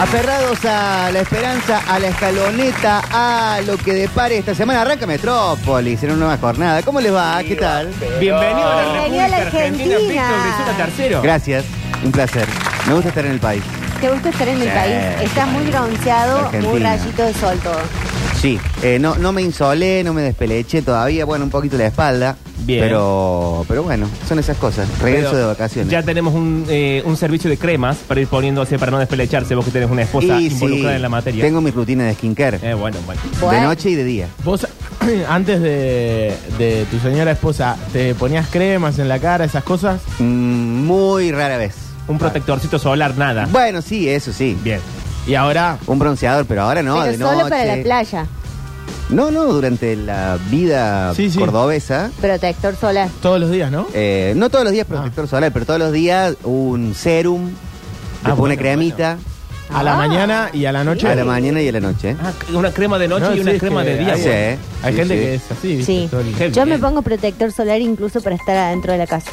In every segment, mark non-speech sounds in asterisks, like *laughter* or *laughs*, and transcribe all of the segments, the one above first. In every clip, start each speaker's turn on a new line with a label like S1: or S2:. S1: Aferrados a la esperanza, a la escaloneta, a lo que depare esta semana. Arranca Metrópolis en una nueva jornada. ¿Cómo les va? ¿Qué tal?
S2: Bienvenido a la
S3: Bienvenido a
S2: República
S3: la
S2: Argentina,
S3: Argentina.
S2: Víctor Brizuela tercero.
S1: Gracias, un placer. Me gusta estar en el país.
S3: ¿Te gusta estar en mi
S1: Sí,
S3: país? Estás muy bronceado, muy
S1: Argentina.
S3: rayito de sol todo.
S1: Sí, eh, no, no me insolé, no me despeleché todavía. Bueno, un poquito la espalda.
S2: Bien.
S1: Pero, pero bueno, son esas cosas. Regreso
S2: Pero
S1: de vacaciones.
S2: Ya tenemos un, eh, un servicio de cremas para ir poniéndose para no desplecharse vos que tenés una esposa
S1: Y sí,
S2: involucrada en la materia.
S1: Tengo mi rutina de skincare.
S2: Eh, bueno, bueno.
S1: De
S3: Bueno.
S1: noche y de día.
S4: Vos, *clears throat* antes de, de tu señora esposa, ¿te ponías cremas en la cara, esas cosas?
S1: Mm, muy rara vez.
S2: Un protectorcito solar, nada.
S1: Bueno, sí, eso sí.
S2: Ah. Bien.
S4: Y ahora,
S1: Un bronceador, pero ahora no, de
S3: Pero
S1: noche.
S3: solo para la playa.
S1: No, no, durante la vida
S4: Sí, sí.
S1: cordobesa.
S3: Protector solar.
S4: todos los días, ¿no?
S1: eh, no todos los días protector solar, pero todos los días un serum,
S2: Ah,
S1: después una
S2: bueno,
S1: cremita
S4: A la
S3: Ah.
S4: mañana y a la noche.
S1: a la mañana y a la noche.
S2: Ah, una crema de noche
S4: No,
S2: y
S4: sí,
S2: una
S4: es
S2: crema
S4: que
S2: de día.
S4: hay-
S1: Sí,
S2: bueno.
S4: Hay
S1: sí,
S4: gente
S1: sí.
S4: que es así, ¿viste?
S3: Sí.
S4: Todo el-
S2: Qué
S3: Yo me
S2: bien.
S3: pongo protector solar incluso para estar adentro de la
S4: *laughs*
S3: casa.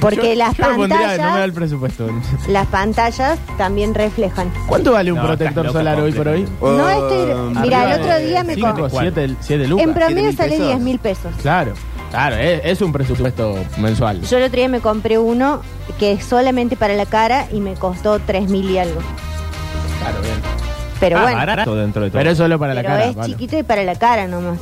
S3: Porque
S4: Yo-
S3: las
S4: yo me pondría,
S3: pantallas,
S4: no me da
S3: *laughs*
S4: el presupuesto.
S3: las pantallas también reflejan.
S4: ¿Cuánto vale un
S2: No,
S4: protector
S2: estás loco,
S4: solar hoy por hoy?
S3: No estoy- Mira,
S4: Oh, Arriba
S3: el otro
S4: de
S3: día me
S4: cinco,
S2: compré-
S4: siete, siete lucas.
S3: En promedio
S1: ¿siete mil
S3: sale
S1: pesos?
S3: 10 mil pesos.
S4: Claro, claro, es, es un presupuesto mensual.
S3: Yo el otro día me compré uno que es solamente para la cara y me costó 3 mil y algo.
S4: Claro, bien.
S3: Pero
S2: Ah,
S3: bueno,
S2: barato dentro de todo.
S4: Pero es solo para la
S3: pero
S4: cara.
S3: es
S4: Pablo.
S3: chiquito y para la cara nomás.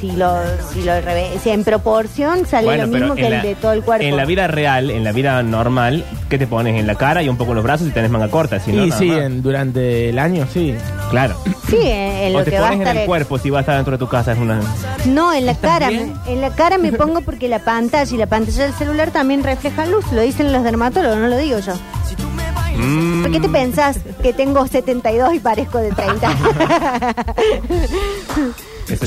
S3: Si lo, si lo reve- si en proporción sale
S2: Bueno,
S3: lo
S2: pero
S3: mismo que
S2: en
S3: el
S2: la-
S3: de todo el cuerpo.
S2: En la vida real, en la vida normal, ¿qué te pones? En la cara y un poco en los brazos y tenés manga corta. Si no,
S4: Y
S2: nada
S4: sí,
S2: más.
S4: en- durante el año, sí.
S2: Claro.
S3: Sí, en, en
S2: o
S3: lo
S2: te
S3: que va a
S2: pones en
S3: estar.
S2: el
S3: el-
S2: cuerpo si vas a estar dentro de tu casa. Es una...
S3: No, en la cara. me- en la cara me pongo porque la pantalla y la pantalla del celular también reflejan luz. Lo dicen los dermatólogos, no lo digo yo. ¿Por
S2: Mm.
S3: qué te pensás que tengo 72 y parezco de
S2: *laughs*
S3: 30?
S2: Eso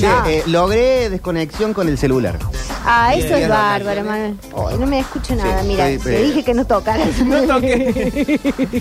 S1: Che,
S2: ya-
S1: eh, logré desconexión con el celular.
S3: ah, eso
S1: Bien,
S3: es
S1: la
S3: bárbaro,
S1: mañana.
S3: Manuel. Ay, no me escucho nada, mira.
S1: estoy-
S3: Te dije que no *laughs* tocaras.
S2: *laughs*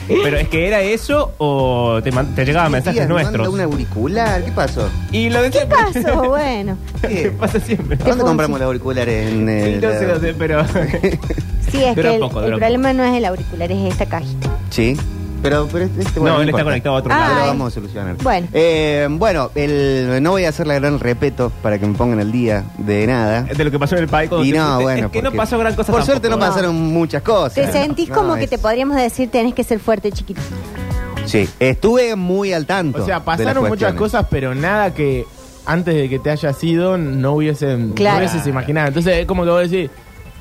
S2: Pero es que era eso o te, man- te llegaban
S1: Tía,
S2: mensajes
S1: me manda
S2: nuestros.
S1: un auricular, ¿qué
S2: *laughs*
S1: pasó?
S2: Y lo de
S3: ¿Qué
S2: *laughs*
S3: pasó? Bueno.
S1: ¿Qué?
S2: pasa siempre.
S1: ¿Dónde compramos los auriculares? En, eh,
S2: Sí, no sé, no sé, pero. *laughs*
S3: Sí, es
S2: Dura
S3: que el,
S2: poco,
S3: el
S2: dura
S3: problema no es el auricular, es esta cajita.
S1: Sí. Pero, pero este, este, bueno,
S2: no, él
S1: importa.
S2: está conectado a otro
S3: Ah,
S1: Ya
S2: lado.
S1: lo
S3: Ay.
S1: vamos a solucionar.
S3: Bueno.
S1: Eh, bueno, el, no voy a hacer la gran repeto para que me pongan el día de nada.
S2: De lo que pasó en el país cuando
S1: Y
S2: te
S1: no,
S2: fuiste.
S1: bueno.
S2: Es que no
S1: porque-
S2: pasó gran cosa.
S1: Por
S2: tampoco,
S1: suerte no
S2: ¿verdad?
S1: pasaron muchas cosas.
S3: Te sentís
S1: No,
S3: como
S1: es-
S3: que te podríamos decir tenés que ser fuerte, chiquito.
S1: Sí, estuve muy al tanto.
S4: O sea,
S1: de
S4: pasaron
S1: las
S4: muchas
S1: cuestiones.
S4: cosas, pero nada que antes de que te hayas ido no hubiesen,
S3: Claro.
S4: no hubieses imaginado. Entonces es como que vos decís,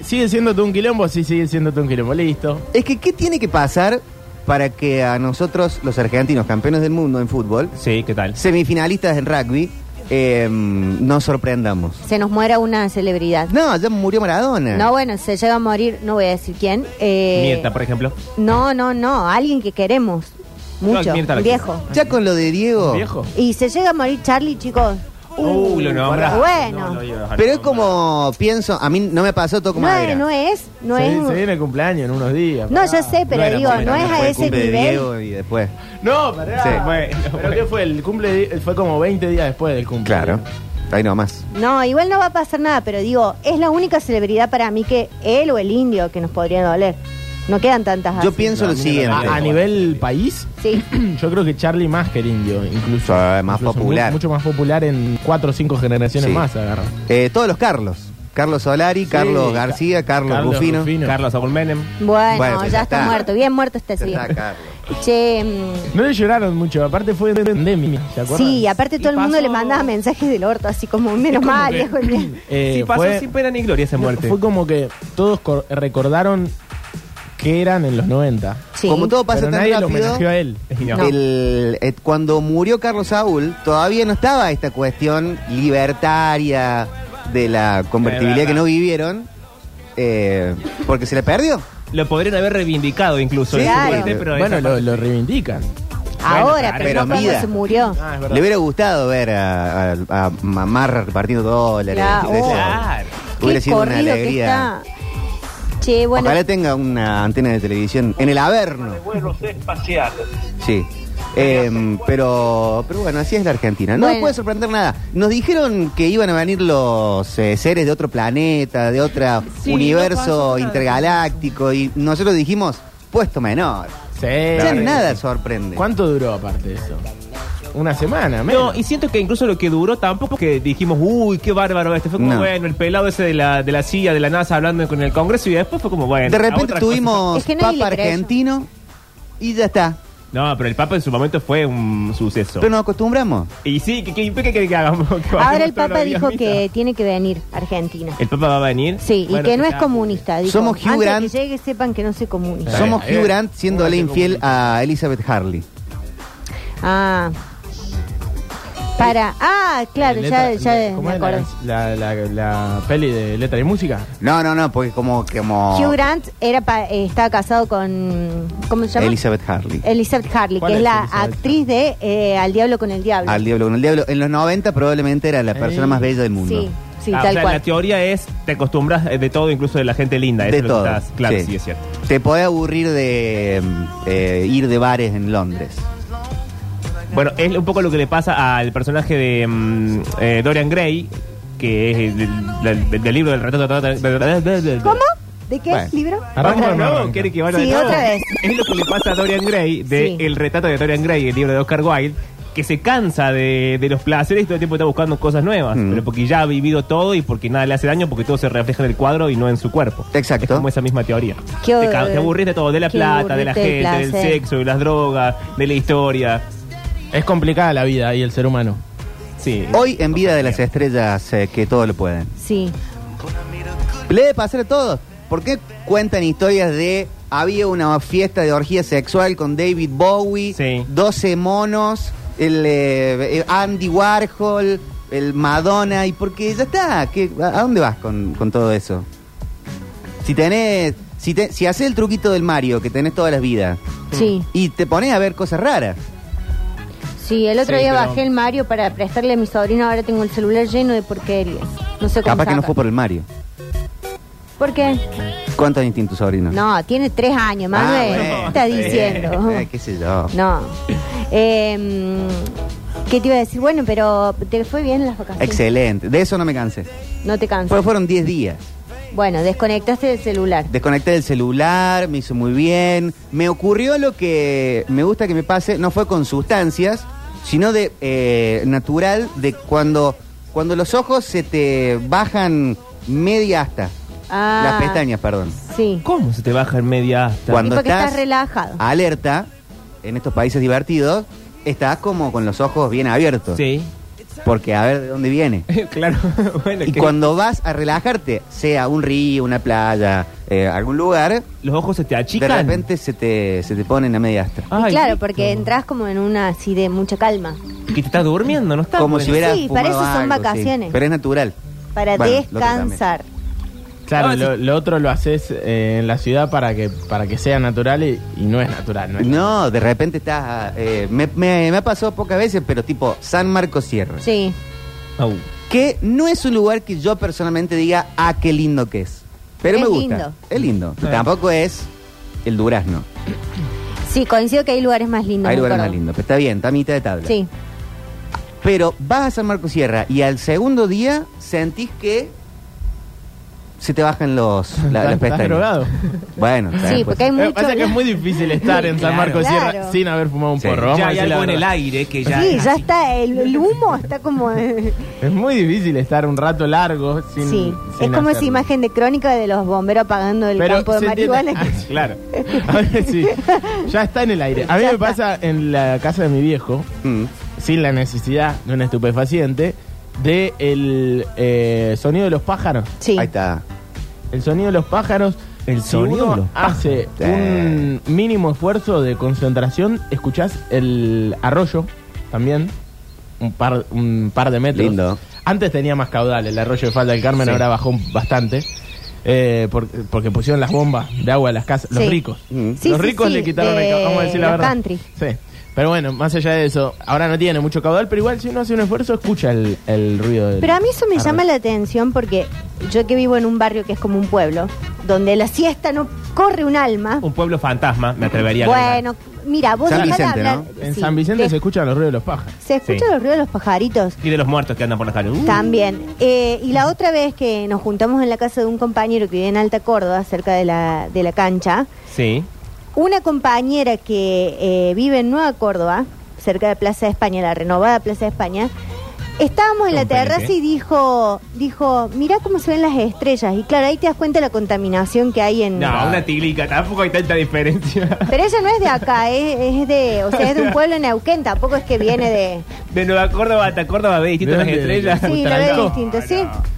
S4: sigue siéndote un quilombo, sí, sigue siéndote un quilombo, listo.
S1: Es que, ¿qué tiene que pasar para que a nosotros, los argentinos, campeones del mundo en fútbol,
S2: Sí, ¿qué tal?
S1: semifinalistas en rugby, eh, nos sorprendamos?
S3: Se nos muera una celebridad.
S1: No, ya murió Maradona.
S3: No, bueno, se llega a morir, no voy a decir quién. eh,
S2: Mirta, por ejemplo.
S3: No, no, no, alguien que queremos. Mucho,
S2: No, Mirta la
S3: un viejo.
S1: Ya con lo de Diego.
S4: Viejo.
S3: Y se llega a morir Charlie, chicos.
S2: Uh, lo nombra.
S3: Bueno.
S1: Pero es como pienso, a mí no me pasó, toco
S3: No,
S1: madera.
S3: es- no es, no
S4: se,
S3: es.
S4: se viene el cumpleaños en unos días.
S3: No,
S4: pará.
S3: ya sé, pero
S2: No era
S3: digo,
S2: momento,
S3: no es
S2: no
S3: a
S1: Fue el
S3: ese
S1: cumple de
S3: nivel.
S1: Diego y después.
S4: No, pará.
S1: Sí.
S2: Bueno,
S4: ¿Pero
S2: bueno.
S4: qué fue? El cumple de- fue como 20 días después del cumple.
S1: Claro. Ahí nomás.
S3: No, igual no va a pasar nada, pero digo, es la única celebridad para mí que él o el indio que nos podrían doler. No quedan tantas
S1: Yo
S3: así.
S1: pienso lo
S2: No, a mí no
S1: siguiente.
S2: me
S4: A, a nivel país, *clears throat*
S3: Sí.
S4: yo creo que Charlie más que el indio, incluso.
S1: Sí, más
S4: Incluso mu-
S1: popular.
S4: Mucho más popular en cuatro o cinco generaciones
S1: Sí.
S4: más, agarra.
S1: Eh, todos los Carlos. Carlos Solari, Carlos
S4: Sí,
S1: García, Carlos,
S4: Carlos
S1: Rufino.
S4: Rufino.
S2: Carlos Saúl Menem.
S3: Bueno,
S1: Bueno, pues
S3: ya,
S1: ya
S3: está,
S1: está.
S3: muerto, bien muerto este está ese
S1: Está
S3: viejo.
S1: Carlos.
S3: Che, mm,
S4: No le lloraron mucho, aparte fue de pandemia, ¿se acuerdan?
S3: sí, y aparte
S2: Y
S3: todo el mundo
S2: pasó-
S3: le mandaba mensajes del orto, así como, menos
S2: como
S3: mal,
S2: que-
S3: viejo.
S1: *clears throat*
S3: bien.
S4: Eh,
S2: sí, pasó
S4: fue-
S2: sin pena ni gloria esa
S4: No,
S2: muerte.
S4: Fue como que todos cor- recordaron que eran en los 90.
S3: Sí.
S1: Como todo pasa
S4: pero
S1: tan
S4: nadie lo
S1: rápido.
S4: homenajeó a él.
S2: No.
S1: el- eh, cuando murió Carlos Saúl, todavía no estaba esta cuestión libertaria de la
S2: Es
S1: convertibilidad
S2: verdad.
S1: que no vivieron, eh, porque se le perdió.
S2: Lo podrían haber reivindicado incluso.
S1: Sí,
S2: en su
S3: claro.
S2: muerte, pero
S4: bueno,
S2: esa
S4: lo, lo reivindican.
S3: Ahora,
S2: claro,
S3: pero,
S1: pero
S3: no cuando
S1: mira.
S3: se murió.
S1: Le hubiera gustado ver a, a- a Mamarra repartiendo dólares.
S3: Claro.
S1: de esa- Hubiera
S2: Claro.
S3: oh. Qué
S1: sido una
S3: corrido que
S1: alegría.
S3: está. Che, bueno,
S1: Ojalá tenga una antena de televisión en el Averno.
S5: vuelos espaciales.
S1: Sí. Em, pero, pero bueno, así es la Argentina. No
S3: Bueno.
S1: nos puede sorprender nada. Nos dijeron que iban a venir los eh, seres de otro planeta, de otro universo intergaláctico, y nosotros dijimos, puesto menor.
S4: Sí.
S1: Ya nada sorprende.
S4: ¿Cuánto duró aparte eso? Una semana,
S2: No,
S4: menos.
S2: y siento que incluso lo que duró tampoco es que dijimos, uy, qué bárbaro este. Fue como,
S1: No.
S2: bueno, el pelado ese de la, de la silla de la NASA hablando con el Congreso y después fue como, bueno.
S1: De
S2: a
S1: repente
S2: otra
S1: tuvimos
S3: Es que nadie
S1: Papa
S3: le cree eso.
S1: argentino y ya está.
S2: cosa. No, pero el Papa en su momento fue un suceso.
S1: Pero nos acostumbramos.
S2: Y sí, ¿qué, qué, qué querés que hagamos? ¿Que vayamos
S3: Ahora el
S2: todos
S3: Papa
S2: los días
S3: dijo
S2: a misa?
S3: que tiene que venir a Argentina.
S2: ¿El Papa va a venir?
S3: Sí,
S2: Bueno,
S3: y que no es
S2: ya-
S3: comunista. Dijo,
S1: Somos Hugh
S3: antes de
S1: Grant.
S3: que llegue sepan que no soy comunista.
S4: Está
S1: Somos
S4: bien,
S1: Hugh
S4: está
S1: Grant
S4: bien.
S1: siéndole
S4: Uno se
S1: infiel
S4: comunica.
S1: a Elizabeth Harley.
S3: Ah. Para. Ah, claro, ya,
S4: Letra-
S3: ya
S4: ¿cómo
S3: me
S4: es la
S3: acuerdo.
S4: canc- La, la, la peli de letra y música.
S1: No, no, no, porque como. como
S3: Hugh Grant era pa- eh, estaba casado con. ¿Cómo se llama?
S1: Elizabeth Harley.
S3: Elizabeth Harley, que
S4: ¿Cuál
S3: es,
S4: es
S3: la
S4: Elizabeth
S3: actriz de eh, Al Diablo con el Diablo.
S1: Al diablo con el diablo. En los 90 probablemente era la persona
S4: Eh.
S1: más bella del mundo.
S3: Sí, sí,
S2: Ah, o
S3: tal
S2: sea, La
S3: cual.
S2: teoría es, te acostumbras eh, de todo, incluso de la gente linda. eso
S1: De
S2: es lo que
S1: todo.
S2: estás- claro,
S1: sí.
S2: sí. es cierto.
S1: Te podés aburrir de mm, eh, ir de bares en Londres.
S2: Bueno, es un poco lo que le pasa al personaje de mm, eh, Dorian Gray, que es el- del, del- del libro del retrato.
S3: ¿Cómo? ¿De qué
S1: Bueno. Ah.
S3: libro?
S4: Arranca
S2: ¿Otra
S4: o no
S2: no?
S4: arranca?
S2: ¿Quiere que vaya de
S3: Sí,
S2: nuevo?
S3: otra vez.
S2: Es lo que le pasa a Dorian Gray, de
S3: Sí.
S2: el retrato de Dorian Gray, el libro de Oscar Wilde, que se cansa de, de los placeres y todo el tiempo está buscando cosas nuevas.
S1: Mm.
S2: Pero porque ya ha vivido todo y porque nada le hace daño, porque todo se refleja en el cuadro y no en su cuerpo.
S1: Exacto.
S2: Es como esa misma teoría.
S3: Qué
S2: te,
S3: hor-
S2: ca- te aburrís de todo, de la
S3: qué
S2: plata, de la
S3: aburrite el
S2: gente, del
S3: placer.
S2: sexo, de las drogas, de la historia.
S4: Es complicada la vida y el ser humano.
S2: Sí.
S1: Hoy en vida de las estrellas eh, que todo lo pueden.
S3: Sí.
S1: Le debe pasar a todos. ¿Por qué cuentan historias de había una fiesta de orgía sexual con David Bowie,
S2: Sí.
S1: 12 monos, el eh, eh, Andy Warhol, el Madonna? Y porque ya está. ¿qué- a, a dónde vas con, con todo eso? Si tenés. Si, te- si haces el truquito del Mario que tenés todas las vidas
S3: Sí,
S1: y te pones a ver cosas raras.
S3: sí, el otro
S2: Sí,
S3: día
S2: pero-
S3: bajé el Mario para prestarle a mi sobrino, ahora tengo el celular lleno de porquería. No sé cómo
S1: Capaz que no
S3: saca.
S1: fue por el Mario.
S3: ¿Por qué?
S1: ¿Cuántos años tiene tu sobrino?
S3: No, tiene tres años, más
S1: Ah,
S3: de-
S1: bueno.
S3: ¿qué está
S1: *laughs*
S3: diciendo?
S1: Eh, ¿Qué sé yo?
S3: No. Eh, ¿Qué te iba a decir? Bueno, pero te fue bien las vacaciones.
S1: Excelente. De eso no me cansé.
S3: No te cansas.
S1: Fue- fueron 10 días.
S3: Bueno, desconectaste del celular.
S1: Desconecté del celular, me hizo muy bien. Me ocurrió lo que me gusta que me pase, no fue con sustancias, sino de eh, natural, de cuando, cuando los ojos se te bajan media hasta.
S3: Ah.
S1: Las pestañas, perdón.
S3: Sí.
S2: ¿Cómo se te baja en media asta?
S1: Cuando
S3: porque
S1: estás-
S3: estás relajado.
S1: Alerta, en estos países divertidos, estás como con los ojos bien abiertos.
S2: Sí. *laughs*
S1: Porque a ver de dónde viene.
S2: claro. bueno,
S1: Y
S2: que
S1: cuando vas a relajarte, sea un río, una playa, eh, algún lugar,
S2: los ojos se te achican.
S1: de repente se te, se te ponen a media astra.
S3: Y
S2: Ay,
S3: claro,
S2: listo.
S3: porque entras como en una así de mucha calma.
S2: Que te estás durmiendo, no estás.
S1: Como si hubiera
S3: Ah, Sí, para
S1: fumado
S3: eso son
S1: algo, sí.
S3: vacaciones.
S1: Pero es natural.
S3: Para
S1: Bueno, lo otro
S3: descansar.
S4: Claro,
S2: Ah, sí.
S4: lo, lo otro lo haces eh, en la ciudad para que para que sea natural y, y no es natural. No, es-
S1: No, de repente estás... eh, me, me- me ha pasado pocas veces, pero tipo San Marcos Sierra.
S3: Sí.
S2: Au.
S1: Que no es un lugar que yo personalmente diga, ah, qué lindo que es. Pero
S3: Es
S1: me gusta.
S3: lindo.
S1: Es lindo.
S2: Sí.
S1: Tampoco es el durazno.
S3: Sí, coincido que hay lugares más lindos.
S1: Hay
S3: me
S1: lugares más
S3: acuerdo.
S1: lindos. Pero está bien, está a mitad de tabla.
S3: Sí.
S1: Pero vas a San Marcos Sierra y al segundo día sentís que se te bajan los
S4: *laughs*
S1: la-
S4: ¿Estás-
S1: las
S4: estás
S1: pestañas.
S4: drogado?
S3: *laughs*
S1: Bueno, está
S3: Sí,
S1: bien, pues.
S3: porque hay
S4: Lo que
S3: mucho.
S4: Eh, pasa es que es muy difícil estar en San
S2: Claro.
S4: Marcos
S3: Claro.
S4: Sierra sin haber fumado un
S1: Sí.
S4: porro. Vamos
S2: Ya
S4: a
S2: hay
S4: decir la
S2: algo en el
S4: verdad.
S2: aire que ya.
S3: Sí,
S2: es
S3: ya
S2: así.
S3: está. El, el humo está como. eh,
S4: Es muy difícil estar un rato largo sin.
S3: sí. Es
S4: sin
S3: como esa
S4: hacerlo.
S3: imagen de crónica de los bomberos apagando el campo de
S4: se
S3: marihuana.
S4: entiende- *laughs* Ah,
S2: Claro.
S4: A ver,
S3: *laughs*
S4: sí. Ya está en el aire. A mí me pasa en la casa de mi viejo,
S1: Mm.
S4: sin la necesidad de un estupefaciente, de el eh, sonido de los pájaros.
S3: Sí.
S1: Ahí está.
S4: El sonido de los pájaros.
S2: El
S4: si
S2: sonido
S4: uno
S2: de los
S4: hace
S1: pájaros.
S4: un mínimo esfuerzo de concentración. Escuchás el arroyo también. Un par, un par de metros.
S1: Lindo.
S4: Antes tenía más caudal. El arroyo de Falda del Carmen
S1: Sí.
S4: ahora bajó bastante. eh, por- porque pusieron las bombas de agua a las casas. Los
S3: Sí.
S4: ricos.
S1: Mm.
S3: Sí,
S4: los
S3: sí,
S4: ricos
S3: sí,
S4: le quitaron el
S3: de
S4: caudal. Vamos a decir la
S3: los
S4: verdad.
S3: country.
S4: Sí. Pero bueno, más allá de eso, ahora no tiene mucho caudal, pero igual si uno hace un esfuerzo, escucha el, el ruido del
S3: Pero a mí eso me
S4: arroyo.
S3: llama la atención porque yo que vivo en un barrio que es como un pueblo, donde la siesta no corre un alma.
S2: Un pueblo fantasma, me atrevería a
S3: Bueno, mira, vos
S1: San
S3: dejá de
S1: Vicente,
S3: hablar.
S4: En
S3: Sí,
S4: San Vicente
S3: de-
S4: se escuchan los ruidos de los pájaros.
S3: se escuchan
S2: Sí.
S3: los ruidos de los pajaritos.
S2: Y de los muertos que andan por la calle. Uh.
S3: También. Eh, y la otra vez que nos juntamos en la casa de un compañero que vive en Alta Córdoba, cerca de la, de la cancha,
S2: Sí.
S3: Una compañera que eh, vive en Nueva Córdoba, cerca de Plaza de España, la renovada Plaza de España, estábamos en la
S2: Un PNT.
S3: terraza y dijo, dijo, mira cómo se ven las estrellas. Y claro, ahí te das cuenta de la contaminación que hay en...
S2: No,
S1: Ah.
S2: una tiglica, tampoco hay tanta diferencia.
S3: Pero ella no es de acá, es, es de, o sea, es
S2: *laughs*
S3: de un pueblo en Neuquén, tampoco es que viene de...
S2: De Nueva Córdoba hasta Córdoba ve distintas
S4: ¿De
S2: las
S4: dónde?
S2: estrellas.
S3: Sí, lo ve distinto, sí.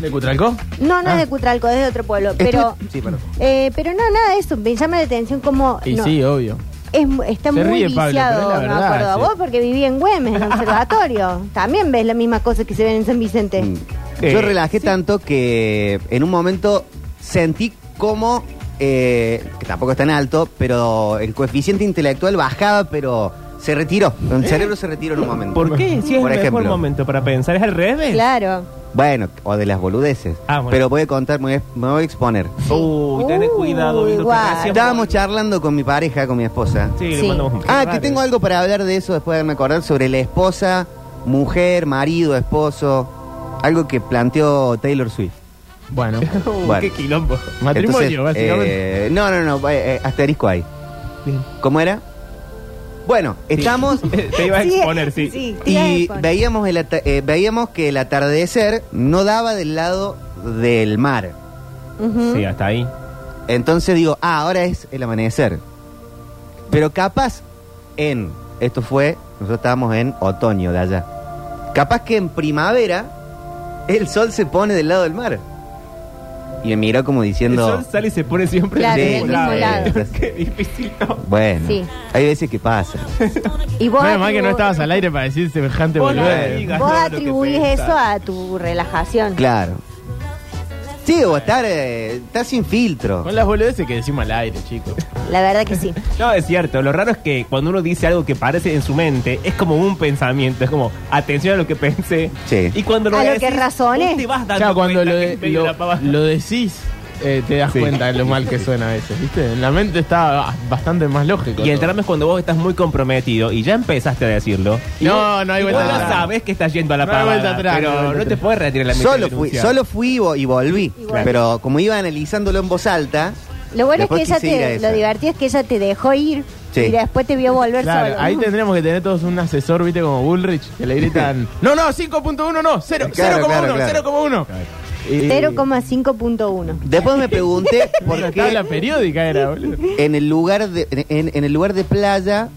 S4: ¿De Cutralcó?
S3: No, no es de Cutralco, es de otro pueblo. Pero,
S1: Estoy- Sí, perdón.
S3: eh, pero no, nada de eso, me llama la atención como...
S4: Y
S3: no,
S4: sí, obvio.
S3: es mu- está
S4: Se
S3: muy
S4: ríe, Pablo,
S3: viciado,
S4: pero es la
S3: no me
S4: verdad,
S3: acuerdo.
S4: sí.
S3: Vos porque viví en Güemes, en el observatorio. También ves la misma cosa que se ven en San Vicente.
S1: Mm.
S2: Eh,
S1: Yo relajé tanto que en un momento sentí como, eh, que tampoco es tan alto, pero el coeficiente intelectual bajaba, pero se retiró. El cerebro se retiró en un momento.
S2: ¿Eh? ¿Por qué? Si es
S1: Por
S2: el
S1: ejemplo.
S2: mejor momento para pensar, es al revés.
S3: Claro.
S1: Bueno, o de las boludeces.
S2: Ah, bueno.
S1: Pero voy a contar, me voy a, me voy a exponer.
S2: Uy, tené cuidado,
S3: Uy,
S2: Vito, que
S3: guau.
S2: recién-
S1: Estábamos charlando con mi pareja, con mi esposa.
S2: Sí,
S3: Sí.
S2: le mandamos un
S1: Ah,
S2: Qué
S1: que
S2: raro.
S1: tengo algo para hablar de eso después de me acordar sobre la esposa, mujer, marido, esposo. Algo que planteó Taylor Swift.
S3: *laughs*
S4: Bueno.
S2: Uy,
S1: Bueno.
S2: Qué quilombo.
S4: Matrimonio,
S1: Entonces,
S4: básicamente.
S1: eh, no, no, no, eh, eh, asterisco ahí.
S2: Bien.
S1: ¿Cómo era? Bueno, estamos
S2: *laughs* Te iba a exponer, sí.
S3: Sí, te iba a
S1: y
S3: exponer.
S1: veíamos, el ata- eh, veíamos que el atardecer no daba del lado del mar.
S3: Ujú.
S2: Sí, hasta ahí.
S1: Entonces digo, ah, ahora es el amanecer. Pero capaz en, esto fue, nosotros estábamos en otoño de allá. Capaz que en primavera el sol se pone del lado del mar. Y me miró como
S2: El
S1: diciendo...
S2: sol sale y se pone siempre
S3: Claro,
S2: del
S1: del
S2: mismo
S1: mismo lado.
S2: *laughs* Qué difícil, ¿no?
S1: Bueno,
S3: Sí.
S1: hay veces que
S2: *laughs*
S1: pasa.
S3: Y vos
S4: Menos mal que no
S3: atribu-
S4: estabas al aire para decir semejante
S2: Vos no
S4: boludez.
S2: digas,
S3: Vos
S2: no, lo que
S3: atribuís
S2: pensás.
S3: eso a tu relajación.
S1: Claro. Sí, o estar, eh, estar sin filtro.
S4: Con las boludeces que decimos al aire, chicos.
S3: La verdad que sí.
S2: No, es cierto. Lo raro es que cuando uno dice algo que parece en su mente, es como un pensamiento. Es como, atención a lo que pensé.
S1: Sí.
S2: Y cuando lo
S3: A lo
S2: decís,
S3: que razoné.
S2: vos te vas dando
S4: Ya cuando
S2: cuenta
S4: lo,
S2: que
S4: de-
S2: es medio
S4: lo-
S2: la pava.
S4: lo decís, eh, te das
S2: Sí.
S4: cuenta de lo mal que suena a veces, ¿viste? En la mente está ah, bastante más lógico.
S2: Y el
S4: todo.
S2: drama es cuando vos estás muy comprometido y ya empezaste a decirlo. Y
S4: No,
S2: vos-
S4: no hay
S2: y
S4: vuelta
S2: vos
S1: atrás.
S2: lo sabes que estás yendo a la
S4: No hay
S2: pavada,
S4: vuelta atrás, no hay
S2: Pero no,
S4: vuelta
S2: te
S4: atrás.
S2: puedes retirar la misión
S1: Solo fui, solo fui y vo- y volví.
S3: volví.
S1: Pero como iba analizándolo en voz alta,
S3: Lo bueno
S1: Después
S3: es que ella
S1: quise ir a
S3: te,
S1: esa.
S3: lo divertido es que ella te dejó ir
S1: Sí.
S3: y después te vio volver
S4: Claro,
S3: solo.
S4: ahí tendríamos que tener todos un asesor, ¿viste? Como Bullrich, que le gritan: No, no, 5.1, no, 0,
S1: Claro, claro,
S4: 0,1,
S1: claro.
S4: 0,1. Y-
S3: 0,5.1.
S1: después me
S2: *laughs*
S1: pregunté por
S4: Una tabla
S1: qué
S4: periódica era, boludo.
S1: en el lugar de, en, en el lugar de playa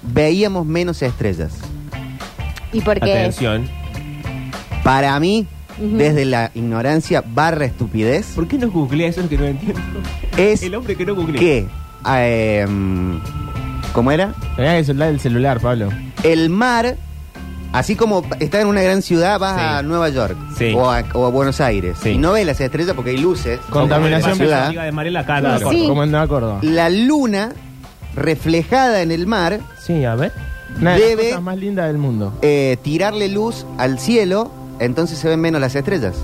S1: veíamos menos estrellas.
S3: ¿Y por qué?
S2: Atención.
S1: Para mí,
S3: Ujú.
S1: desde la ignorancia barra estupidez,
S2: ¿Por qué no googlea eso es lo que no entiendo?
S1: *laughs* es
S2: El hombre que no googlea.
S1: que, eh, mm, ¿cómo era?
S4: Tenía que soltar el celular, Pablo.
S1: El mar, así como estás en una gran ciudad, vas
S2: Sí.
S1: a Nueva York
S2: Sí.
S1: o, a, o a Buenos Aires
S2: Sí.
S1: y no ves las estrellas porque hay luces.
S4: Contaminación
S1: Como en la
S2: La
S1: ciudad.
S2: Liga de Mariela acá, no,
S3: Claro.
S2: no,
S3: Sí.
S4: Como Ah, andaba Córdoba.
S1: la luna reflejada en el mar
S2: Sí, a ver.
S4: Una de
S1: Debe-
S4: las cosas más lindas del mundo.
S1: eh, tirarle luz al cielo entonces se ven menos las estrellas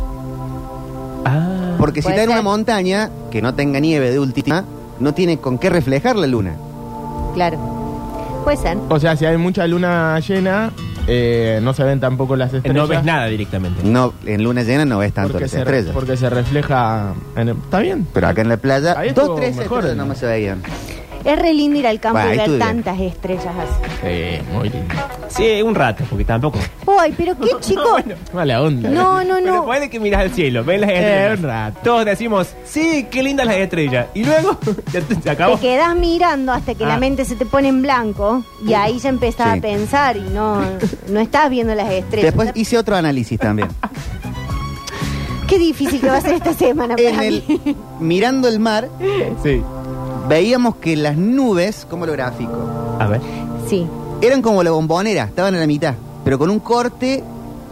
S2: Ah.
S1: porque si
S3: Puede
S1: está en una
S3: ser.
S1: montaña que no tenga nieve de última no tiene con qué reflejar la luna
S3: Claro. Puede ser.
S4: O sea, si hay mucha luna llena, eh, no se ven tampoco las estrellas.
S2: No ves nada directamente.
S1: no en luna llena no ves tanto
S4: porque
S1: las
S4: se,
S1: estrellas
S4: porque se refleja. en el- Está bien.
S1: pero acá en la playa
S4: Ahí
S1: dos
S4: estuvo
S1: tres
S4: mejor,
S1: estrellas
S4: ¿no?
S1: nomás se veían
S3: Es re lindo ir al campo
S1: Bah, ahí
S3: y ver
S1: estuve bien.
S3: tantas estrellas así.
S4: Sí, muy lindo.
S2: Sí, un rato, porque tampoco.
S3: Ay, pero
S1: *laughs*
S3: qué chico.
S4: Mala onda.
S3: *laughs* No, no,
S2: Pero
S3: no.
S2: puede que miras al cielo, ves las
S4: Eh,
S2: estrellas.
S4: un rato.
S2: Todos decimos, sí, qué lindas las estrellas. Y luego, *laughs* ya te- se acabó.
S3: Te quedas mirando hasta que
S2: Ah.
S3: la mente se te pone en blanco y ahí ya empezás
S1: Sí.
S3: a pensar y no, no estás viendo las estrellas.
S1: después hice otro análisis también
S3: *laughs* Qué difícil que va a ser
S1: *laughs*
S3: esta semana para
S1: en el
S3: mí.
S1: mirando el mar
S2: Sí.
S1: veíamos que las nubes cómo lo gráfico
S2: A ver.
S3: Sí.
S1: Eran como la bombonera, estaban a la mitad, pero con un corte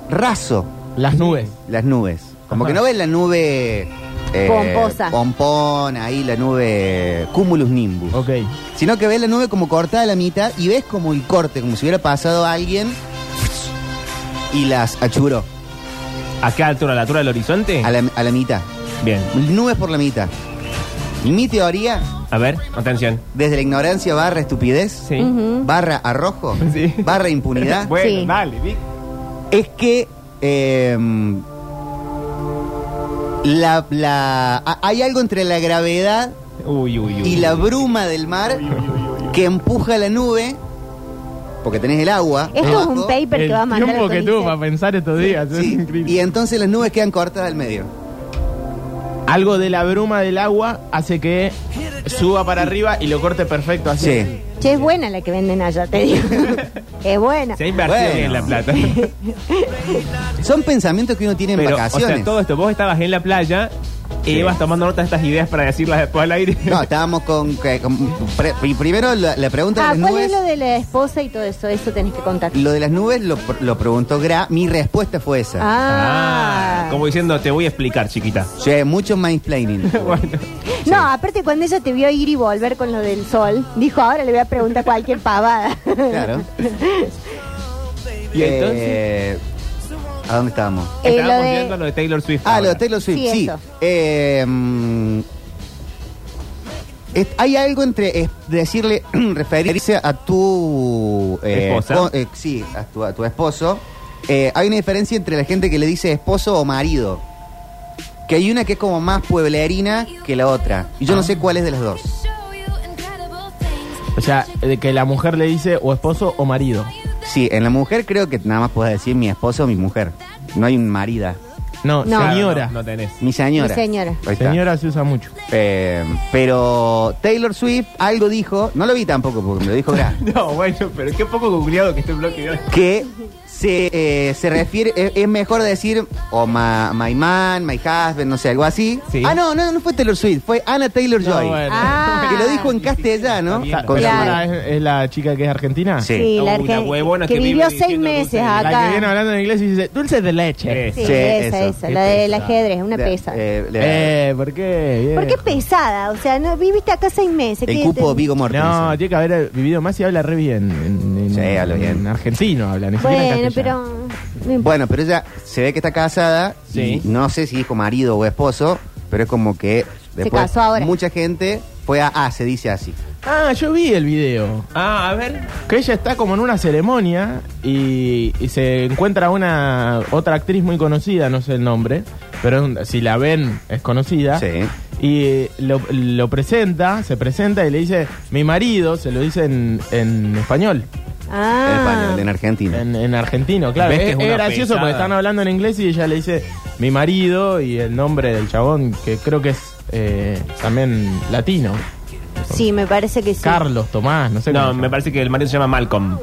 S1: raso
S4: Las nubes.
S1: las nubes. Como
S4: Ajá.
S1: que no ves la nube... eh,
S3: Pomposa.
S1: Pompón, ahí la nube cumulus nimbus.
S4: Ok.
S1: Sino que ves la nube como cortada a la mitad y ves como el corte, como si hubiera pasado a alguien y las achuró
S2: ¿A qué altura? ¿A la altura del horizonte?
S1: a la, a la mitad.
S2: Bien.
S1: Nubes por la mitad. Y mi teoría,
S2: A ver, atención.
S1: desde la ignorancia barra estupidez,
S2: Sí.
S3: Ujú.
S1: barra arrojo,
S2: Sí.
S1: barra impunidad,
S2: Bueno,
S3: Sí.
S2: dale, Vic.
S1: es que eh, em, La, la, a- hay algo entre la gravedad
S2: Uy, uy, uy.
S1: y la bruma del mar que empuja la nube, porque tenés el agua.
S3: Esto es un
S1: abajo,
S3: paper que
S4: el
S3: va a mandar.
S4: tiempo
S3: el
S4: que
S3: CONICET.
S4: tuvo para pensar estos días. es
S1: sí,
S4: increíble.
S1: y entonces las nubes quedan cortas al medio.
S4: Algo de la bruma del agua hace que suba para arriba y lo corte perfecto así.
S1: Sí.
S3: Che, es buena la que venden allá, te
S1: *laughs*
S3: digo. es buena.
S2: Se ha invertido
S1: Bueno.
S2: bien en La *laughs* Plata.
S1: Son pensamientos que uno tiene en
S2: Pero, o
S1: vacaciones.
S2: sea, todo esto, vos estabas en la playa y
S1: Sí.
S2: ibas tomando notas de estas ideas para decirlas después al aire. *laughs*
S1: No, estábamos con. que- con- pre- pri- primero la, la pregunta
S3: Ah,
S1: de las
S3: ¿cuál
S1: nubes.
S3: es lo de la esposa y todo eso? Eso tenés que contar.
S1: Lo de las nubes lo, pr- lo preguntó Gra. Mi respuesta fue esa.
S3: Ah.
S2: Como diciendo, te voy a explicar, chiquita.
S1: Che, eh, mucho mansplaining.
S2: *laughs* Bueno,
S3: No, aparte cuando ella te vio ir y volver con lo del sol, dijo, ahora le voy a preguntar cualquier pavada. *laughs*
S1: Claro.
S2: ¿Y entonces?
S1: Eh, ¿A dónde estábamos?
S3: Eh, lo
S2: estábamos
S3: de-
S2: viendo lo de Taylor Swift.
S1: Ah,
S2: ahora.
S1: lo de Taylor Swift,
S3: Sí,
S1: sí.
S3: eso.
S1: Eh, mm, es- hay algo entre es- decirle, *clears throat* referirse a tu eh,
S2: Esposa.
S1: co- eh, sí, a tu, a tu esposo. Eh, hay una diferencia entre la gente que le dice esposo o marido. Que hay una que es como más pueblerina que la otra. Y yo no sé cuál es de las dos.
S4: O sea, de que la mujer le dice o esposo o marido.
S1: Sí, en la mujer creo que nada más puedes decir mi esposo o mi mujer. No hay un marida.
S4: No,
S3: No.
S2: Claro,
S4: señora.
S2: No, no tenés.
S1: Mi señora.
S3: Mi señora.
S1: Ahí está.
S4: Señora se usa mucho.
S1: Eh, pero Taylor Swift algo dijo, no lo vi tampoco porque me lo dijo Gra,
S2: *laughs*
S3: *laughs*
S2: No, bueno, pero qué poco googleado que este bloque de hoy.
S1: que se, eh, se refiere, es, es mejor decir, o ma- my, man, my husband, no sé, algo así.
S2: Sí.
S1: Ah, no, no, no fue Taylor Swift, fue Anna Taylor Joy.
S4: No, bueno.
S3: Ah.
S2: *laughs*
S1: Que lo dijo en castellano.
S2: Está bien.
S1: con
S4: Pero
S1: su-
S3: Claro.
S4: pará, ¿es, es la chica que es argentina?
S1: Sí.
S3: Sí, la
S2: Una
S3: argen-
S2: huevona
S3: que,
S2: que vive
S3: vivió seis
S2: diciendo dulce
S3: meses
S2: de
S3: acá.
S2: leche.
S4: La que viene hablando en inglés y dice dulce de leche.
S2: Es.
S3: Sí,
S1: Sí,
S3: esa,
S1: eso.
S3: esa,
S4: Qué
S3: la del
S4: pesada.
S3: ajedrez, una
S1: de-
S3: pesa.
S1: eh, de-
S4: Eh, ¿por qué?
S3: ¿Por qué
S4: viejo?
S3: pesada? O sea, no viviste acá seis meses.
S1: el
S3: ¿qué
S1: cupo
S3: te-
S1: Vigo Mortensen.
S4: No, tiene que haber vivido más y habla re bien. En, en-
S1: Sí, habla bien.
S4: en argentino habla, ni siquiera en
S3: Bueno,
S4: castellano.
S3: pero... no importa.
S1: Bueno, pero ella se ve que está casada.
S4: Sí.
S1: y no sé si dijo marido o esposo, pero es como que después
S3: casó ahora.
S1: mucha gente fue a, ah, se dice así.
S4: Ah, yo vi el video.
S2: Ah, a ver.
S4: Que ella está como en una ceremonia y, y se encuentra una otra actriz muy conocida, no sé el nombre, pero es un- si la ven es conocida.
S1: Sí.
S4: Y eh, lo, lo presenta, se presenta y le dice, mi marido, se lo dice en, en español,
S3: Ah.
S1: En español, en Argentina.
S4: en, en argentino, claro.
S2: ¿Ves que
S4: Es,
S2: es
S4: es
S2: una
S4: gracioso
S2: pesada?
S4: porque están hablando en inglés y ella le dice, mi marido y el nombre del chabón, que creo que es eh, también latino.
S3: Sí, me parece que sí.
S4: Carlos, Tomás, no sé
S2: No,
S4: cómo se
S2: me
S4: llama.
S2: parece que el marido se llama *laughs* Malcolm.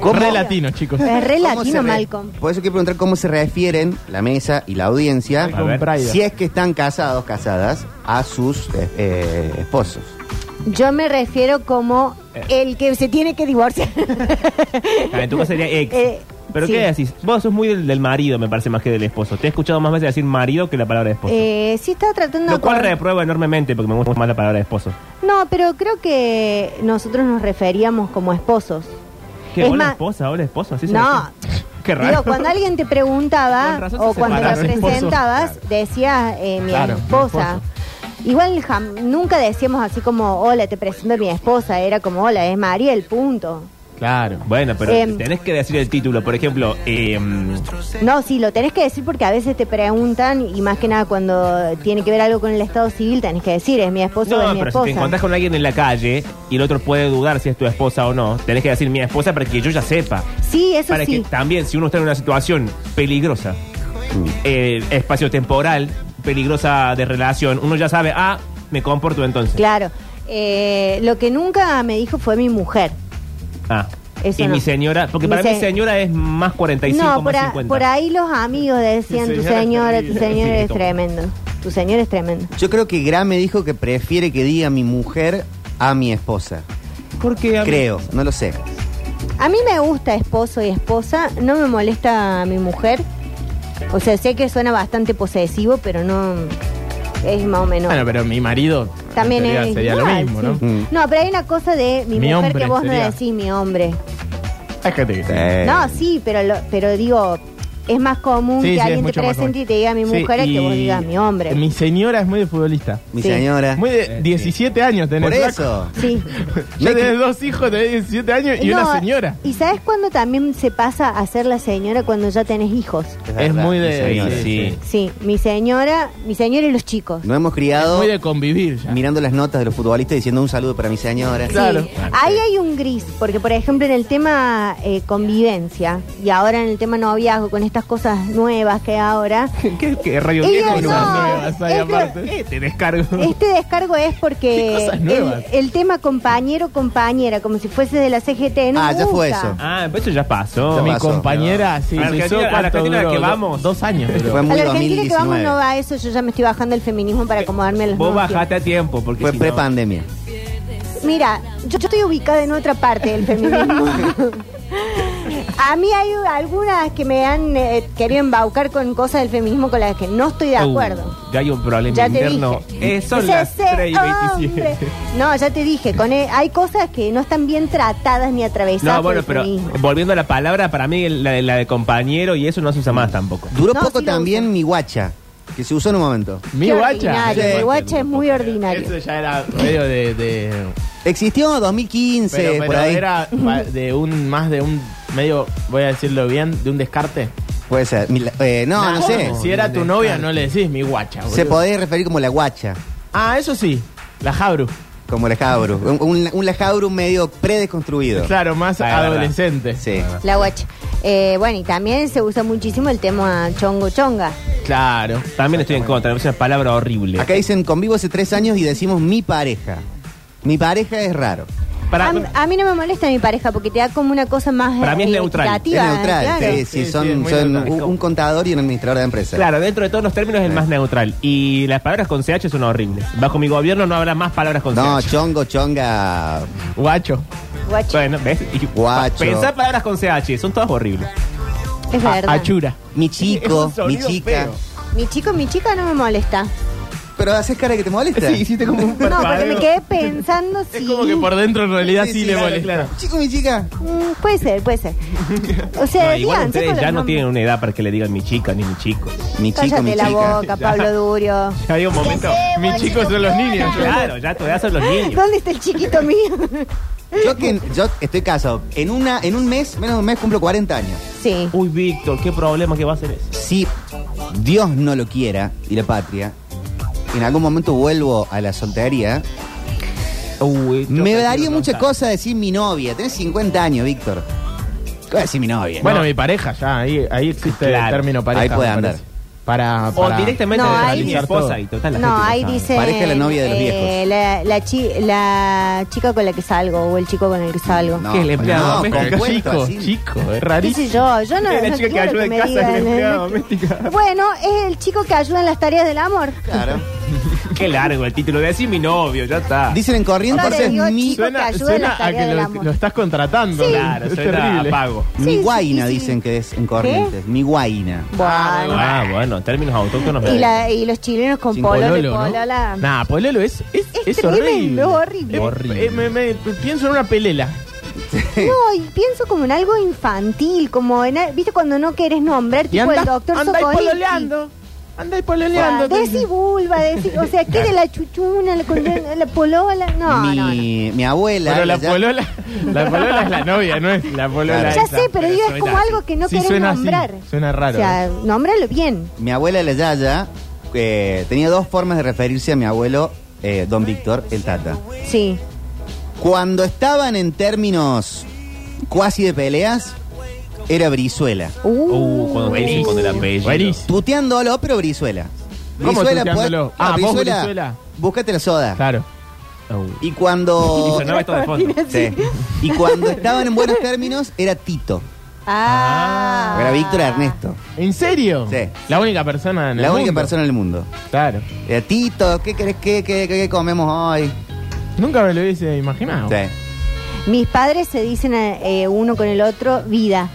S1: ¿Cómo-
S4: Re latino, chicos.
S3: Es *laughs* re
S1: ¿Cómo se
S3: latino,
S1: re-
S3: Malcolm.
S1: Por eso quiero preguntar cómo se refieren la mesa y la audiencia,
S2: A ver.
S4: Pride.
S1: si es que están casados, casadas, a sus eh, eh, esposos.
S3: Yo me refiero como
S2: Eh.
S3: el que se tiene que divorciar.
S2: Ah, en tu caso sería ex.
S3: Eh,
S2: Pero
S3: sí.
S2: ¿qué decís? Vos sos muy del, del marido, me parece, más que del esposo. Te he escuchado más veces decir marido que la palabra esposo.
S3: Eh, sí, estaba tratando
S2: Lo
S3: de
S2: cual
S3: acordar-
S2: repruebo enormemente porque me gusta más la palabra esposo.
S3: No, pero creo que nosotros nos referíamos como esposos.
S2: ¿Qué?
S3: Es
S2: ¿Hola
S3: más-
S2: esposa? ¿Hola esposo? ¿Así se
S3: No.
S2: dice? *laughs* Qué raro.
S3: Digo, cuando alguien te
S2: Con
S3: preguntaba
S2: razón
S3: o
S2: se
S3: cuando lo
S2: separaron.
S3: presentabas, decías eh, mi
S4: Claro, mi
S3: esposa.
S4: esposo.
S3: Igual jam- nunca decíamos así como, hola, te presento a mi esposa. Era como, hola, es María, el punto.
S4: Claro.
S2: *laughs* Bueno, pero
S3: Em.
S2: tenés que decir el título. Por ejemplo, em,
S3: No, sí, lo tenés que decir porque a veces te preguntan y más que nada cuando tiene que ver algo con el Estado civil, tenés que decir, es mi esposo o es
S2: No,
S3: mi
S2: pero si te
S3: esposa.
S2: encontrás con alguien en la calle y el otro puede dudar si es tu esposa o no, tenés que decir mi esposa para que yo ya sepa.
S3: sí, eso
S2: para
S3: sí.
S2: que también, si uno está en una situación peligrosa, eh, espacio temporal, peligrosa de relación, uno ya sabe, ah, me comporto entonces.
S3: Claro. Eh, lo que nunca me dijo fue mi mujer.
S2: Ah.
S3: Eso
S2: y
S3: no.
S2: mi señora, porque
S3: Mi
S2: para mí
S3: se-
S2: señora es más 45,
S3: no, por,
S2: más
S3: a-
S2: 50.
S3: por ahí los amigos decían,
S4: Tu
S3: tu
S4: señora
S3: señora,
S4: es
S3: tu
S4: terrible".
S3: señor
S2: Sí,
S3: es
S2: toma.
S3: tremendo. Tu señor es tremendo.
S1: Yo creo que Gra me dijo que prefiere que diga mi mujer a mi esposa.
S2: Porque a mí-
S1: Creo, no lo sé.
S3: A mí me gusta esposo y esposa, no me molesta mi mujer. O sea, sé que suena bastante posesivo, pero no es más o menos.
S4: Bueno, pero mi marido
S3: También
S4: en teoría
S3: es
S4: sería lo
S3: igual,
S4: mismo,
S3: sí.
S4: ¿no?
S1: Mm.
S3: No, pero hay una cosa de mi,
S4: Mi
S3: mujer
S4: hombre
S3: que vos
S4: sería.
S3: no decís mi hombre.
S4: Fíjate que sí.
S1: Eh,
S3: No, sí, pero lo- pero digo, es más común
S4: Sí, sí,
S3: que
S4: es
S3: alguien te
S4: mucho más
S3: presente y te diga mi
S4: Sí,
S3: mujer a que
S4: y
S3: vos digas mi hombre.
S4: Mi señora es muy de futbolista.
S1: Mi
S3: Sí.
S1: señora.
S4: Muy
S2: Eh,
S4: de
S2: sí.
S4: 17 años tenés.
S1: Por
S4: flaco.
S1: eso.
S3: Sí.
S4: *laughs* Ya tenés dos hijos, tenés 17 años y
S3: No,
S4: una señora.
S3: ¿Y sabes cuándo también se pasa a ser la señora cuando ya tenés hijos?
S4: Es
S1: verdad,
S4: muy
S1: mi
S4: de-
S1: señora.
S2: Sí, sí.
S3: Sí, mi señora, mi señora y los chicos.
S1: Nos hemos criado
S4: Muy de convivir ya.
S1: mirando las notas de los futbolistas diciendo un saludo para mi señora.
S3: Sí.
S4: Claro.
S3: Ahí hay un gris, porque por ejemplo en el tema eh, convivencia y ahora en el tema noviazgo, con estas cosas nuevas que hay ahora,
S2: ¿Qué, qué radio
S3: Ella
S2: viejo?
S3: no,
S4: nuevas hay
S3: es lo-
S4: aparte.
S2: Eh, te descargo.
S3: este descargo es
S4: *laughs* Qué
S3: porque
S4: cosas
S3: el,
S4: nuevas.
S3: el tema compañero-compañera, como si fuese de la CGT, no
S1: Ah,
S3: me
S1: ya fue
S3: gusta.
S1: eso.
S2: Ah, pero eso ya pasó.
S1: Ya
S4: Mi
S1: pasó.
S4: compañera, sí,
S2: A la
S4: me hizo
S2: Argentina- a la
S4: cuánto
S2: Argentina
S4: duró,
S2: que
S4: do-
S2: vamos.
S4: Dos años. duró.
S1: Fue
S3: A
S1: muy
S3: la Argentina que vamos
S1: 2019.
S3: no va a eso, yo ya me estoy bajando el feminismo para acomodarme a las
S2: Vos
S3: nuevas
S2: bajaste a tiempo porque
S1: Fue
S2: si no-
S1: pre-pandemia.
S3: Mira, yo, yo estoy ubicada en otra parte del feminismo. A mí hay algunas que me han eh, querido embaucar con cosas del feminismo con las que no estoy de
S2: Uh,
S3: acuerdo.
S2: ya hay un problema
S3: ya te
S2: interno.
S3: dije.
S2: Eh, son
S3: Es
S2: las
S3: ese
S2: 3 y
S3: hombre.
S2: 27.
S3: No, ya te dije, con e- hay cosas que no están bien tratadas ni atravesadas
S2: No, bueno,
S3: por el
S2: pero
S3: feminismo.
S2: volviendo a la palabra, para mí la, de- la de compañero y eso no se usa más tampoco.
S1: Duró
S3: No,
S1: poco
S3: sí lo
S1: también mi guacha, que se usó en un momento.
S4: Mi
S3: Qué
S4: guacha.
S3: ordinario,
S1: Sí.
S3: Mi guacha es muy ordinario.
S4: Eso ya era medio de. de-
S1: Existió 2015,
S4: pero, pero
S1: por ahí.
S4: era pa- de un. Más de un. Medio, voy a decirlo bien, de un descarte.
S1: Puede ser. Mi la- eh, no, no,
S4: ¿Cómo?
S1: sé.
S4: Si era tu
S1: Descarte.
S4: novia, no le decís mi guacha.
S1: Se
S4: boludo.
S1: podía referir como la guacha,
S4: Ah, eso sí. La Jabru.
S1: como la jabru. Un, un, un lajabru medio predesconstruido.
S4: Claro, más
S2: Ah, es verdad.
S4: adolescente.
S1: Sí.
S3: La guacha. Eh, bueno, y también se usa muchísimo el tema chongo chonga.
S4: Claro.
S2: También estoy en contra, es una palabra horrible.
S1: Acá dicen convivo hace tres años y decimos mi pareja. Mi pareja es raro.
S2: Para,
S3: a, m- a mí no me molesta mi pareja porque te da como una cosa más
S2: Para mí es
S3: eh,
S2: neutral.
S1: Es
S3: equitativa,
S1: neutral.
S3: claro.
S1: Sí, sí,
S4: Sí,
S1: son,
S4: sí, es muy
S1: son
S4: neutral.
S1: un, un contador y un administrador de empresa.
S2: claro, dentro de todos los términos es el más neutral. Y las palabras con CH son horribles. Bajo mi gobierno no habrá más palabras con
S1: No,
S2: CH.
S1: chongo, chonga.
S4: Guacho.
S3: Guacho,
S2: Bueno, ¿ves? Y-
S1: Guacho.
S2: Pensá palabras con CH, son todas horribles.
S3: es
S4: A-
S3: verdad.
S4: achura.
S1: Mi
S2: Es
S1: chico,
S2: un sonido
S1: mi chica.
S2: feo.
S3: Mi chico, mi chica no me molesta.
S1: Pero haces cara que te molesta.
S2: hiciste como un
S3: No, porque me quedé
S2: *laughs*
S3: pensando si...
S4: Es como que por dentro en realidad sí, le
S1: claro,
S4: molesta.
S1: claro. Chico, mi chica.
S3: Mm, puede ser, puede ser. O sea,
S2: No, igual
S3: díganse con
S2: ustedes
S3: los
S2: ya no
S3: nombres.
S2: tienen una edad para que le digan mi chica ni mi chico.
S1: Mi chico,
S3: Cállate
S1: mi
S3: la
S1: chica.
S3: boca, Pablo Durio.
S2: Ya hay un momento.
S4: Mis chicos son los niños.
S2: Claro, ya todavía son los niños.
S3: ¿Dónde está el chiquito mío?
S1: Yo, que, yo estoy casado. En, una, en un mes, menos de un mes, cumplo 40 años.
S3: Sí.
S2: Uy, Víctor, qué problema que va a ser eso.
S1: Si Dios no lo quiera y la patria, en algún momento vuelvo a la soltería.
S2: Uy, yo
S1: Me
S2: prefiero
S1: daría
S2: no
S1: mucha
S2: estar.
S1: cosa decir mi novia. Tenés 50 años, Víctor. ¿Qué voy a decir mi novia?
S4: Bueno,
S1: No.
S4: mi pareja ya. Ahí, ahí existe
S2: Claro.
S4: el término pareja.
S1: Ahí puede
S4: me
S1: andar.
S4: parece. Para,
S2: O
S4: para-
S2: directamente
S3: No,
S2: de
S3: ahí
S2: mi
S4: dice-
S2: esposa y total. la
S3: No,
S2: gente
S3: ahí
S2: sabe.
S3: dice. eh,
S1: Pareja la novia de los viejos.
S3: La, la chi- la chica con la que salgo o el chico con el que salgo.
S1: No,
S2: ¿Qué, el empleado
S1: no,
S2: doméstico?
S1: compuesto,
S4: chico,
S1: así.
S4: chico, es
S3: ¿Qué
S4: rarísimo.
S3: sé yo? Yo no.
S2: Es la chica
S3: no
S2: que
S3: quiero
S2: ayuda *laughs* en
S3: me
S2: casa, es la
S3: digan, ¿eh?
S2: empleada
S3: ¿no?
S2: doméstica.
S3: Bueno, es el chico que ayuda en las tareas del amor.
S1: Claro.
S2: Qué largo el título. Decir mi novio, ya está.
S1: Dicen en corrientes,
S3: Aparte,
S1: es
S3: digo,
S1: mi,
S3: chico. que ayuda en la
S4: a
S3: tarea
S4: que
S3: del
S4: lo,
S3: amor.
S4: lo estás contratando.
S2: Claro,
S4: es
S2: suena
S4: terrible.
S2: a pago.
S1: mi
S3: Sí, sí,
S1: guaina,
S3: sí, sí.
S1: dicen que es en corrientes. Mi guaina.
S3: Bueno.
S2: Ah, bueno, términos autóctonos.
S3: Y, la- y los chilenos con
S1: Sin
S3: pololo,
S4: Pololo, ¿no?
S3: polola.
S4: Nah, pololo es, es,
S3: Es
S4: es horrible.
S3: tremendo, horrible.
S4: Eh,
S2: Horrible.
S4: eh, me- me- pienso en una pelela.
S3: No, y pienso como en algo infantil, como en, a- ¿viste cuando no querés nombrar
S4: Y
S3: tipo
S4: anda,
S3: el doctor
S4: andáis
S3: Sokolinski?
S4: pololeando. Andáis
S3: Ah,
S4: pololeando.
S3: Decí vulva, decí, o sea, ¿qué de la chuchuna, la, condena, la
S4: *laughs*
S3: polola? No,
S1: mi,
S3: no, no.
S1: mi abuela.
S4: Pero la
S1: ya-
S4: polola, la polola es la novia, no es la polola.
S1: Claro.
S3: Ya
S4: esa.
S3: sé, pero digo, es
S2: suena
S3: como
S2: así.
S3: algo que no
S4: Sí,
S3: querés
S4: suena así,
S3: nombrar.
S4: suena raro, eh.
S3: O sea, nómbralo bien.
S1: Mi abuela la Yaya eh, tenía dos formas de referirse a mi abuelo, eh, don Víctor, el Tata.
S3: Sí.
S1: Cuando estaban en términos cuasi de peleas, era Brizuela.
S3: Uh,
S2: Uh, cuando te dicen con el apellido.
S4: Buenísimo.
S1: Tuteándolo, pero Brizuela.
S4: ¿Cómo tuteándolo?
S1: pues-
S4: Ah,
S1: no,
S4: vos
S1: Brizuela,
S4: Brizuela.
S1: Búscate la soda.
S4: Claro.
S2: Oh.
S1: Y
S4: *laughs*
S2: Y
S1: cuando.
S2: sonaba esto de fondo.
S1: Sí. Y cuando estaban en buenos términos, era Tito.
S3: Ah.
S1: Era Víctor Ernesto.
S4: ¿En serio?
S1: Sí.
S4: La única persona en el
S1: La única
S4: mundo.
S1: persona en el mundo.
S4: Claro.
S1: Era Eh, Tito, ¿qué querés que qué, qué comemos hoy?
S4: Nunca me lo hubiese imaginado.
S1: Sí.
S3: Mis padres se dicen eh, uno con el otro vida.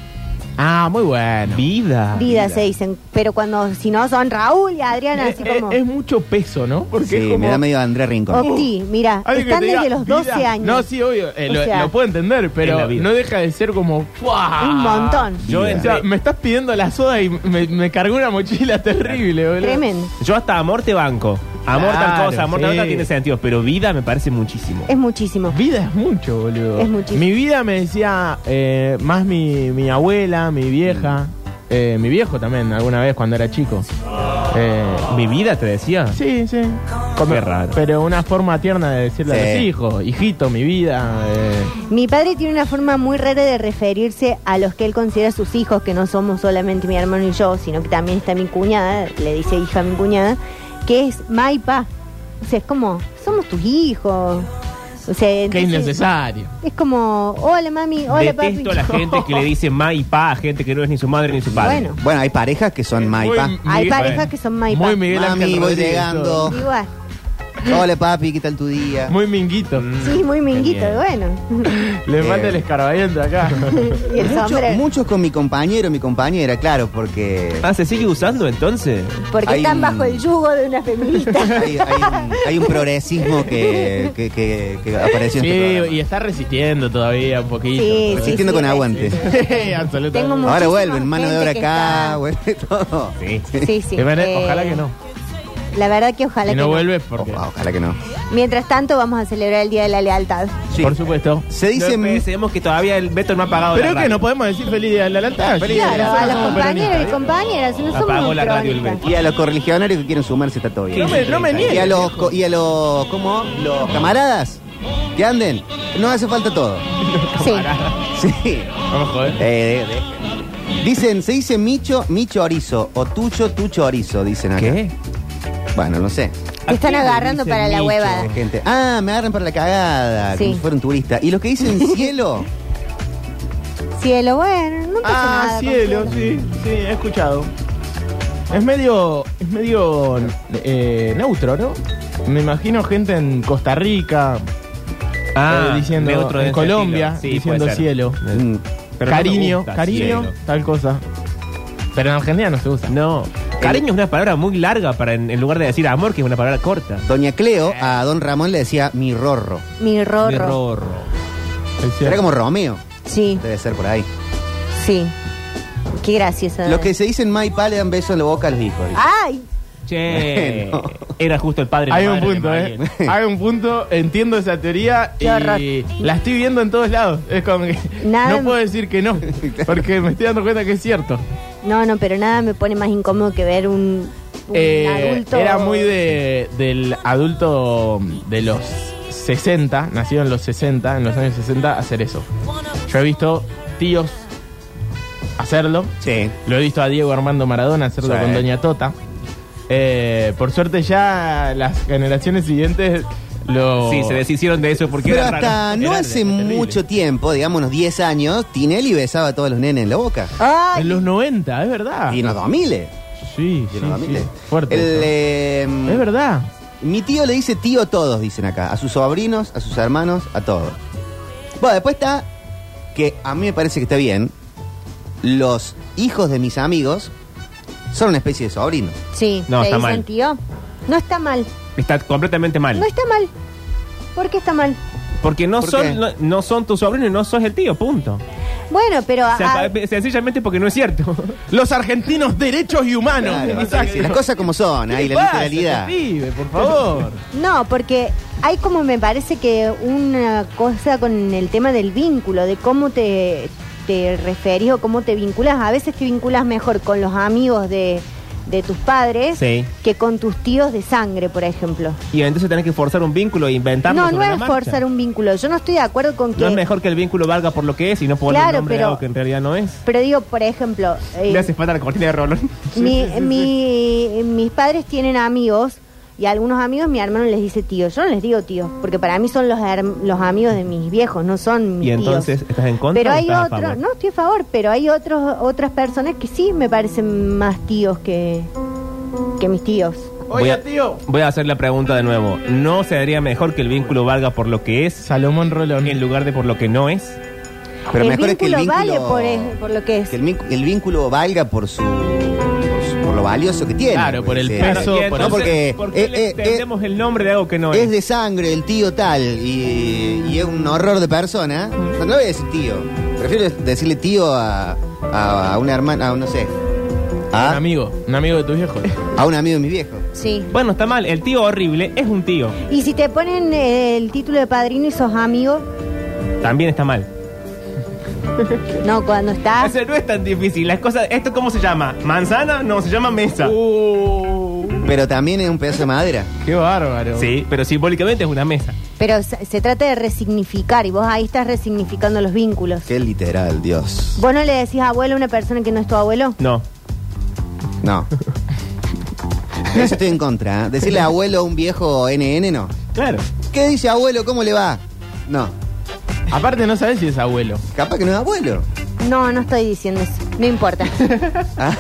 S4: Ah, muy bueno. Ah,
S2: Vida.
S3: Vida se dicen. Pero cuando, si no, son Raúl y Adriana,
S4: Eh,
S3: así
S4: eh,
S3: como.
S4: es mucho peso, ¿no? Porque
S1: Sí,
S4: es como-
S1: me da medio André Rincón.
S3: Octi, mira,
S4: Alguien que
S3: están
S4: te diga,
S3: desde los
S4: vida.
S3: 12 años.
S4: No, sí, obvio, eh,
S3: O
S4: lo,
S3: sea,
S4: lo puedo entender,
S2: en la
S4: pero
S2: vida.
S4: no deja de ser como ¡fua!
S3: Un montón.
S2: Yo,
S1: Vida.
S4: O sea,
S2: entre-
S4: me estás pidiendo la soda y me, me cargó una mochila *laughs* terrible, boludo.
S3: Tremendo.
S2: yo hasta amor te banco. Amor tal
S4: Claro,
S2: cosa, amor tal
S4: sí.
S2: otra tiene sentido, pero vida me parece muchísimo.
S3: Es muchísimo.
S4: Vida es mucho, boludo.
S3: Es muchísimo.
S4: Mi vida me decía eh, más mi, mi abuela, mi
S1: Mm.
S4: vieja, eh, mi viejo también, alguna vez cuando era chico. Eh,
S2: Mi vida te decía.
S4: sí, sí.
S2: Qué raro.
S4: Pero una forma tierna de decirle a los
S1: Sí.
S4: hijos, hijito, mi vida. eh,
S3: Mi padre tiene una forma muy rara de referirse a los que él considera sus hijos, que no somos solamente mi hermano y yo, sino que también está mi cuñada, le dice hija a mi cuñada, que es ma y pa. O sea, es como, somos tus hijos. O sea,
S4: qué
S3: entonces,
S4: innecesario.
S3: es como, hola mami, hola papi. *laughs*
S2: Detesto a la gente que le dice ma y pa a gente que no es ni su madre ni su padre.
S3: Bueno,
S1: Bueno, hay parejas que son
S4: Muy
S1: maipa.
S3: hay
S4: Miguel-
S3: parejas que son ma y pa.
S4: Muy Miguel
S1: Mami,
S4: Ángel
S1: voy
S4: Rodríguez,
S1: llegando.
S4: todo.
S3: *laughs* Igual.
S1: Hola papi, ¿qué tal tu día?
S4: Muy minguito.
S3: Sí, muy minguito,
S2: Bien.
S3: bueno. *laughs*
S4: Le
S1: Eh.
S4: falta el escarabaviento acá.
S3: y el
S1: Mucho-
S3: sombrero.
S1: muchos con mi compañero, mi compañera, claro, porque
S2: Ah, ¿se sigue usando entonces?
S3: Porque
S1: hay
S3: están
S1: un-
S3: bajo el yugo de
S1: *laughs*
S3: una feminista.
S1: hay, hay un, hay un progresismo que, que, que- que apareció en este
S4: Sí,
S1: programa.
S4: y está resistiendo todavía un poquito.
S3: Sí,
S4: *laughs*
S3: sí.
S1: Resistiendo con aguante.
S4: Absolutamente.
S3: Tengo mu-
S1: Ahora
S3: Muchísima
S1: vuelven, mano de
S3: gente
S1: obra
S3: que
S1: acá,
S3: está-
S1: vuelve *laughs* todo.
S2: Sí.
S3: Sí, sí.
S4: *laughs* De manera-
S3: eh,
S4: Ojalá que no.
S3: La verdad que ojalá
S4: Si
S3: que
S4: no
S3: no.
S4: vuelves,
S1: Oh,
S4: porque.
S1: ah, ojalá que no.
S3: Mientras tanto, vamos a celebrar el Día de la Lealtad.
S1: Sí.
S4: Por supuesto.
S1: Se dice
S2: No pensemos que todavía el Beto no ha pagado la
S4: Pero que
S2: radio.
S4: no podemos decir feliz día de la lata.
S3: Claro, a los compañeros y compañeras, no somos
S2: Apagó la radio el
S3: cronistas.
S2: Beto.
S1: y a los correligionarios que quieren sumarse está todo bien.
S4: No me- no me niegues,
S1: Y a los co- y a los ¿cómo? Los camaradas que anden. No hace falta todo.
S3: Sí.
S1: Sí.
S4: Ojo, eh.
S1: Eh, de- de- Dicen, se dice micho, micho orizo o tucho, tucho orizo, dicen acá.
S2: ¿Qué?
S1: Bueno, no sé.
S3: Te están agarrando para la huevada.
S1: La gente. Ah, me agarran para la cagada,
S3: Sí.
S1: como si fuera un turista. Y los que dicen cielo,
S3: Cielo, bueno, no pasa nada.
S4: Ah,
S3: con
S4: cielo, sí, sí, he escuchado. Es medio, es medio eh, neutro, ¿no? Me imagino gente en Costa Rica,
S2: Ah,
S4: eh, diciendo
S2: neutro de
S4: en
S2: ese
S4: Colombia,
S2: estilo. Sí,
S4: diciendo
S2: puede ser.
S4: cielo.
S1: mm,
S2: Pero no me
S4: cariño,
S2: gusta
S4: cariño,
S2: cielo.
S4: tal cosa. Pero en Argentina no se usa.
S2: No. Cariño es una palabra muy larga para en, en lugar de decir amor, que es una palabra corta.
S1: doña Cleo a don Ramón le decía mi rorro.
S3: Mi rorro.
S2: Rorro.
S4: Es cierto.
S1: Era como Romeo,
S3: Sí,
S1: debe ser por ahí.
S3: sí. Qué graciosa.
S1: Los que se dicen maipa le dan beso en la boca a los hijos.
S3: ¡Ay!
S2: Che.
S1: Bueno.
S2: Era justo el padre. y la
S4: Hay un
S2: madre de
S4: punto, ¿eh?
S2: Mariel.
S4: *laughs* Hay un punto, entiendo esa teoría
S3: Qué horror.
S4: y la estoy viendo en todos lados. Es como que
S3: Nada-
S4: no puedo decir que
S3: *laughs*
S4: no, porque me estoy dando cuenta que es cierto.
S3: No, no, pero nada me pone más incómodo que ver un, un
S4: Eh,
S3: adulto.
S4: Era muy de, del adulto de los 60, nacido en los 60, en los años 60, hacer eso. Yo he visto tíos hacerlo.
S1: Sí.
S4: Lo he visto a Diego Armando Maradona hacerlo
S1: Sí.
S4: con Doña Tota. Eh, por suerte ya las generaciones siguientes lo...
S2: Sí, se deshicieron de eso porque
S1: Pero
S2: era
S1: hasta
S2: raro.
S1: no
S2: Era
S1: hace
S2: terrible.
S1: mucho tiempo, digamos unos 10 años, Tinelli besaba a todos los nenes en la boca.
S3: ¡Ay!
S4: En los 90, es verdad.
S1: Y en los 2000. y
S4: Sí, Ah. sí,
S1: en los
S4: sí.
S1: 2000.
S4: Fuerte.
S1: El,
S4: eso.
S1: eh,
S4: Es verdad.
S1: Mi tío le dice tío a todos, dicen acá. A sus sobrinos, a sus hermanos, a todos. Bueno, después está, que a mí me parece que está bien, los hijos de mis amigos son una especie de sobrinos.
S3: Sí,
S2: No,
S3: te
S2: está
S3: dicen
S2: mal.
S3: tío. No está mal.
S2: Está completamente mal.
S3: No está mal. ¿Por qué está mal?
S2: Porque no
S1: ¿Por qué?
S2: son, no, no son tus sobrinos y no sos el tío, punto.
S3: Bueno, pero.
S2: O sea,
S3: ah,
S2: sencillamente porque no es cierto.
S4: *laughs* Los argentinos derechos y humanos. Exacto.
S1: Las cosas como son, ahí
S4: ¿Qué
S1: la
S4: pasa,
S1: literalidad.
S4: pibe, por favor.
S3: No, porque hay como me parece que una cosa con el tema del vínculo, de cómo te, te referís o cómo te vinculas. A veces te vinculas mejor con los amigos de, de tus padres
S2: Sí.
S3: que con tus tíos de sangre, por ejemplo.
S2: Y entonces tenés que forzar un vínculo e inventarlo.
S3: No,
S2: sobre
S3: no
S2: la
S3: es
S2: marcha.
S3: forzar un vínculo. Yo no estoy de acuerdo con que...
S2: No es mejor que el vínculo valga por lo que es y no por el
S3: Claro,
S2: nombre de
S3: pero-
S2: algo que en realidad no es.
S3: Pero digo, por ejemplo, eh,
S2: Le hace falta la cortina de Rolón.
S3: mi- mi- mis padres tienen amigos y a algunos amigos mi hermano les dice tío. Yo no les digo tío, porque para mí son los, herm- los amigos de mis viejos, no son mis
S2: Y
S3: tíos.
S2: entonces, ¿estás en contra
S3: Pero
S2: o
S3: hay
S2: estás a
S3: otros,
S2: favor?
S3: no estoy a favor, pero hay otros, otras personas que sí me parecen más tíos que, que mis tíos.
S2: Voy
S4: Oye,
S2: a-
S4: tío.
S2: Voy a hacer la pregunta de nuevo. ¿No sería mejor que el vínculo valga por lo que es
S4: Salomón Rolón.
S2: en lugar de por lo que no es?
S1: Pero
S3: El
S1: mejor es que el
S3: vínculo
S1: vínculo
S3: vale por es- por lo que es.
S1: que el, vincu- el vínculo valga por su por, su- por lo valioso que tiene.
S4: Claro, por el
S1: Sí.
S4: peso, Eso,
S2: y
S4: por-
S1: no, porque
S2: entonces, ¿por qué
S1: eh,
S2: le
S1: eh,
S2: entendemos el nombre de algo que no
S1: es
S2: es?
S1: de sangre el tío tal y, y es un horror de persona. No le voy a decir tío. Prefiero decirle tío a, a, a una hermana, a un- no sé,
S4: Un
S1: a,
S4: amigo, un amigo de tu viejo.
S1: *laughs* a un amigo de mis viejos.
S3: Sí.
S2: Bueno, está mal. El tío horrible es un tío.
S3: Y si te ponen eh, el título de padrino y sos amigo,
S2: También está mal.
S3: no, cuando
S2: O
S3: estás.
S2: sea, no es tan difícil. Las cosas, ¿esto cómo se llama? ¿Manzana? No, se llama mesa.
S4: Uh,
S1: Pero también es un pedazo de madera.
S4: qué bárbaro.
S2: Sí, pero simbólicamente es una mesa.
S3: Pero se, se trata de resignificar y vos ahí estás resignificando los vínculos.
S1: Qué literal, Dios.
S3: Vos no le decís abuelo a una persona que no es tu abuelo.
S2: No.
S1: No. Eso estoy en contra. ¿eh? Decirle abuelo a un viejo NN, no.
S2: Claro.
S1: ¿Qué dice abuelo? ¿Cómo le va? No.
S4: Aparte no sabes si es abuelo.
S1: Capaz que no es abuelo.
S3: No, no estoy diciendo eso.
S2: *laughs*
S3: No importa.
S1: Ah.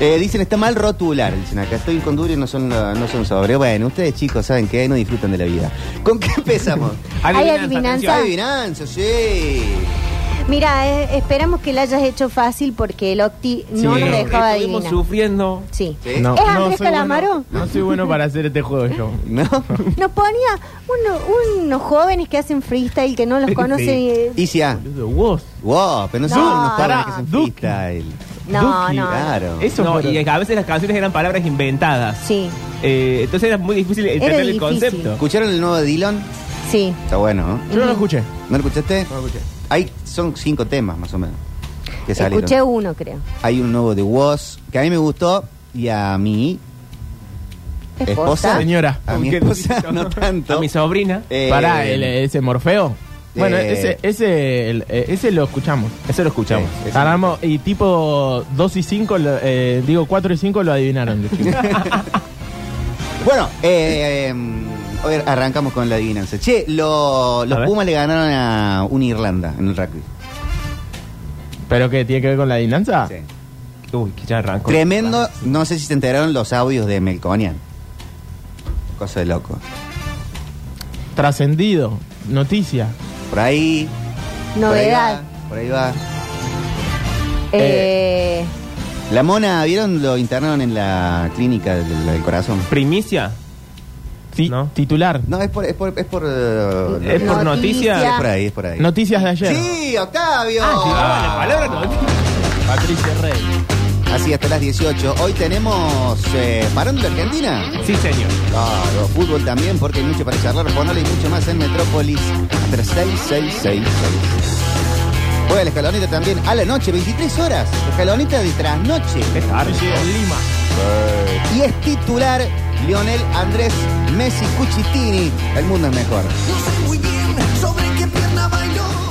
S1: Eh, dicen, está mal rotular. Dicen, acá estoy con duro y no son, uh, no son sobre. Bueno, ustedes chicos saben que no disfrutan de la vida. ¿Con qué
S3: *laughs*
S1: empezamos?
S3: Hay
S1: Sí,
S3: adivinanza.
S1: Adivinanza, sí.
S3: Mira, eh, esperamos que la hayas hecho fácil porque el Octi no
S4: Sí.
S3: nos
S2: Estuvimos
S3: dejaba adivinar.
S2: sufriendo.
S3: Sí.
S1: Sí.
S3: ¿Es Andrés
S4: soy
S3: Calamaro?
S4: bueno- no soy bueno para hacer este juego yo.
S1: ¿No?
S3: *laughs* Nos ponía uno- unos jóvenes que hacen freestyle que no los conocen.
S2: Sí.
S3: y, eh,
S1: Y si ah,
S4: Boludo, Vos.
S1: Wow, pero no son
S3: No,
S1: unos
S3: pará,
S1: jóvenes que eh. hacen
S4: Duki.
S1: freestyle.
S3: No,
S1: Duki,
S3: no.
S2: ah.
S1: Claro.
S4: Eso
S2: No,
S4: fueron.
S2: y a veces las canciones eran palabras inventadas.
S3: Sí,
S2: Eh, entonces era muy difícil entender el
S3: difícil.
S2: concepto.
S1: ¿Escucharon el nuevo de Dylan?
S3: sí.
S1: Está bueno, ¿no?
S4: Yo no lo escuché.
S1: ¿No lo escuchaste?
S4: No lo escuché.
S1: Hay, son cinco temas, más o menos, que salieron.
S3: Escuché uno, creo.
S1: Hay un nuevo de Woz, que a mí me gustó, y a mi esposa.
S4: Señora.
S1: A mi
S2: Qué
S1: esposa, *laughs*
S2: difícil,
S1: no tanto.
S2: A mi sobrina.
S1: Eh,
S4: Pará, el- ese Morfeo. Bueno,
S1: Eh.
S4: ese, ese, el- eh, ese lo escuchamos.
S2: Eso lo escuchamos.
S1: Sí. Ese.
S4: Ganamos, y tipo 2 y 5, digo 4 y 5 lo adivinaron.
S1: *laughs* Bueno, eh, eh, a ver, arrancamos con la adivinanza. Che, lo-
S2: A
S1: los
S2: ver.
S1: Pumas le ganaron a un Irlanda en el rugby.
S4: ¿Pero qué? ¿Tiene que ver con la adivinanza?
S1: Sí.
S2: Uy, que ya arrancó.
S1: Ah, Tremendo, no sé si se enteraron los audios de Melconian. Cosa de loco.
S4: Trascendido, noticia.
S1: Por ahí.
S3: Novedad.
S1: Por ahí, va, por ahí
S3: Eh,
S1: va. La mona, ¿vieron? Lo internaron en la clínica del, del corazón.
S2: Primicia.
S4: Ti-
S2: ¿No?
S4: Titular.
S1: No, es por. Es por. Es por, eh,
S2: Es por
S3: Noticia.
S1: es
S2: noticia.
S1: por ahí, es por ahí.
S4: Noticias de ayer.
S1: Sí, Octavio.
S3: Oh.
S2: Ah, la palabra noticia.
S4: Patricia Rey.
S1: Así hasta las 18. Hoy tenemos eh, parón de Argentina.
S2: Sí, señor.
S1: Claro, fútbol también porque hay mucho para charlar. Ponole y mucho más en Metrópolis. Hasta las 6, 6, 6, 6. Juega la escaloneta también a la noche, 23 horas. Escaloneta de trasnoche.
S2: Es tarde.
S4: Lima.
S1: Y es titular Lionel Andrés Messi Cuchitini. El mundo es mejor.
S5: No sé muy bien sobre qué pierna bailó.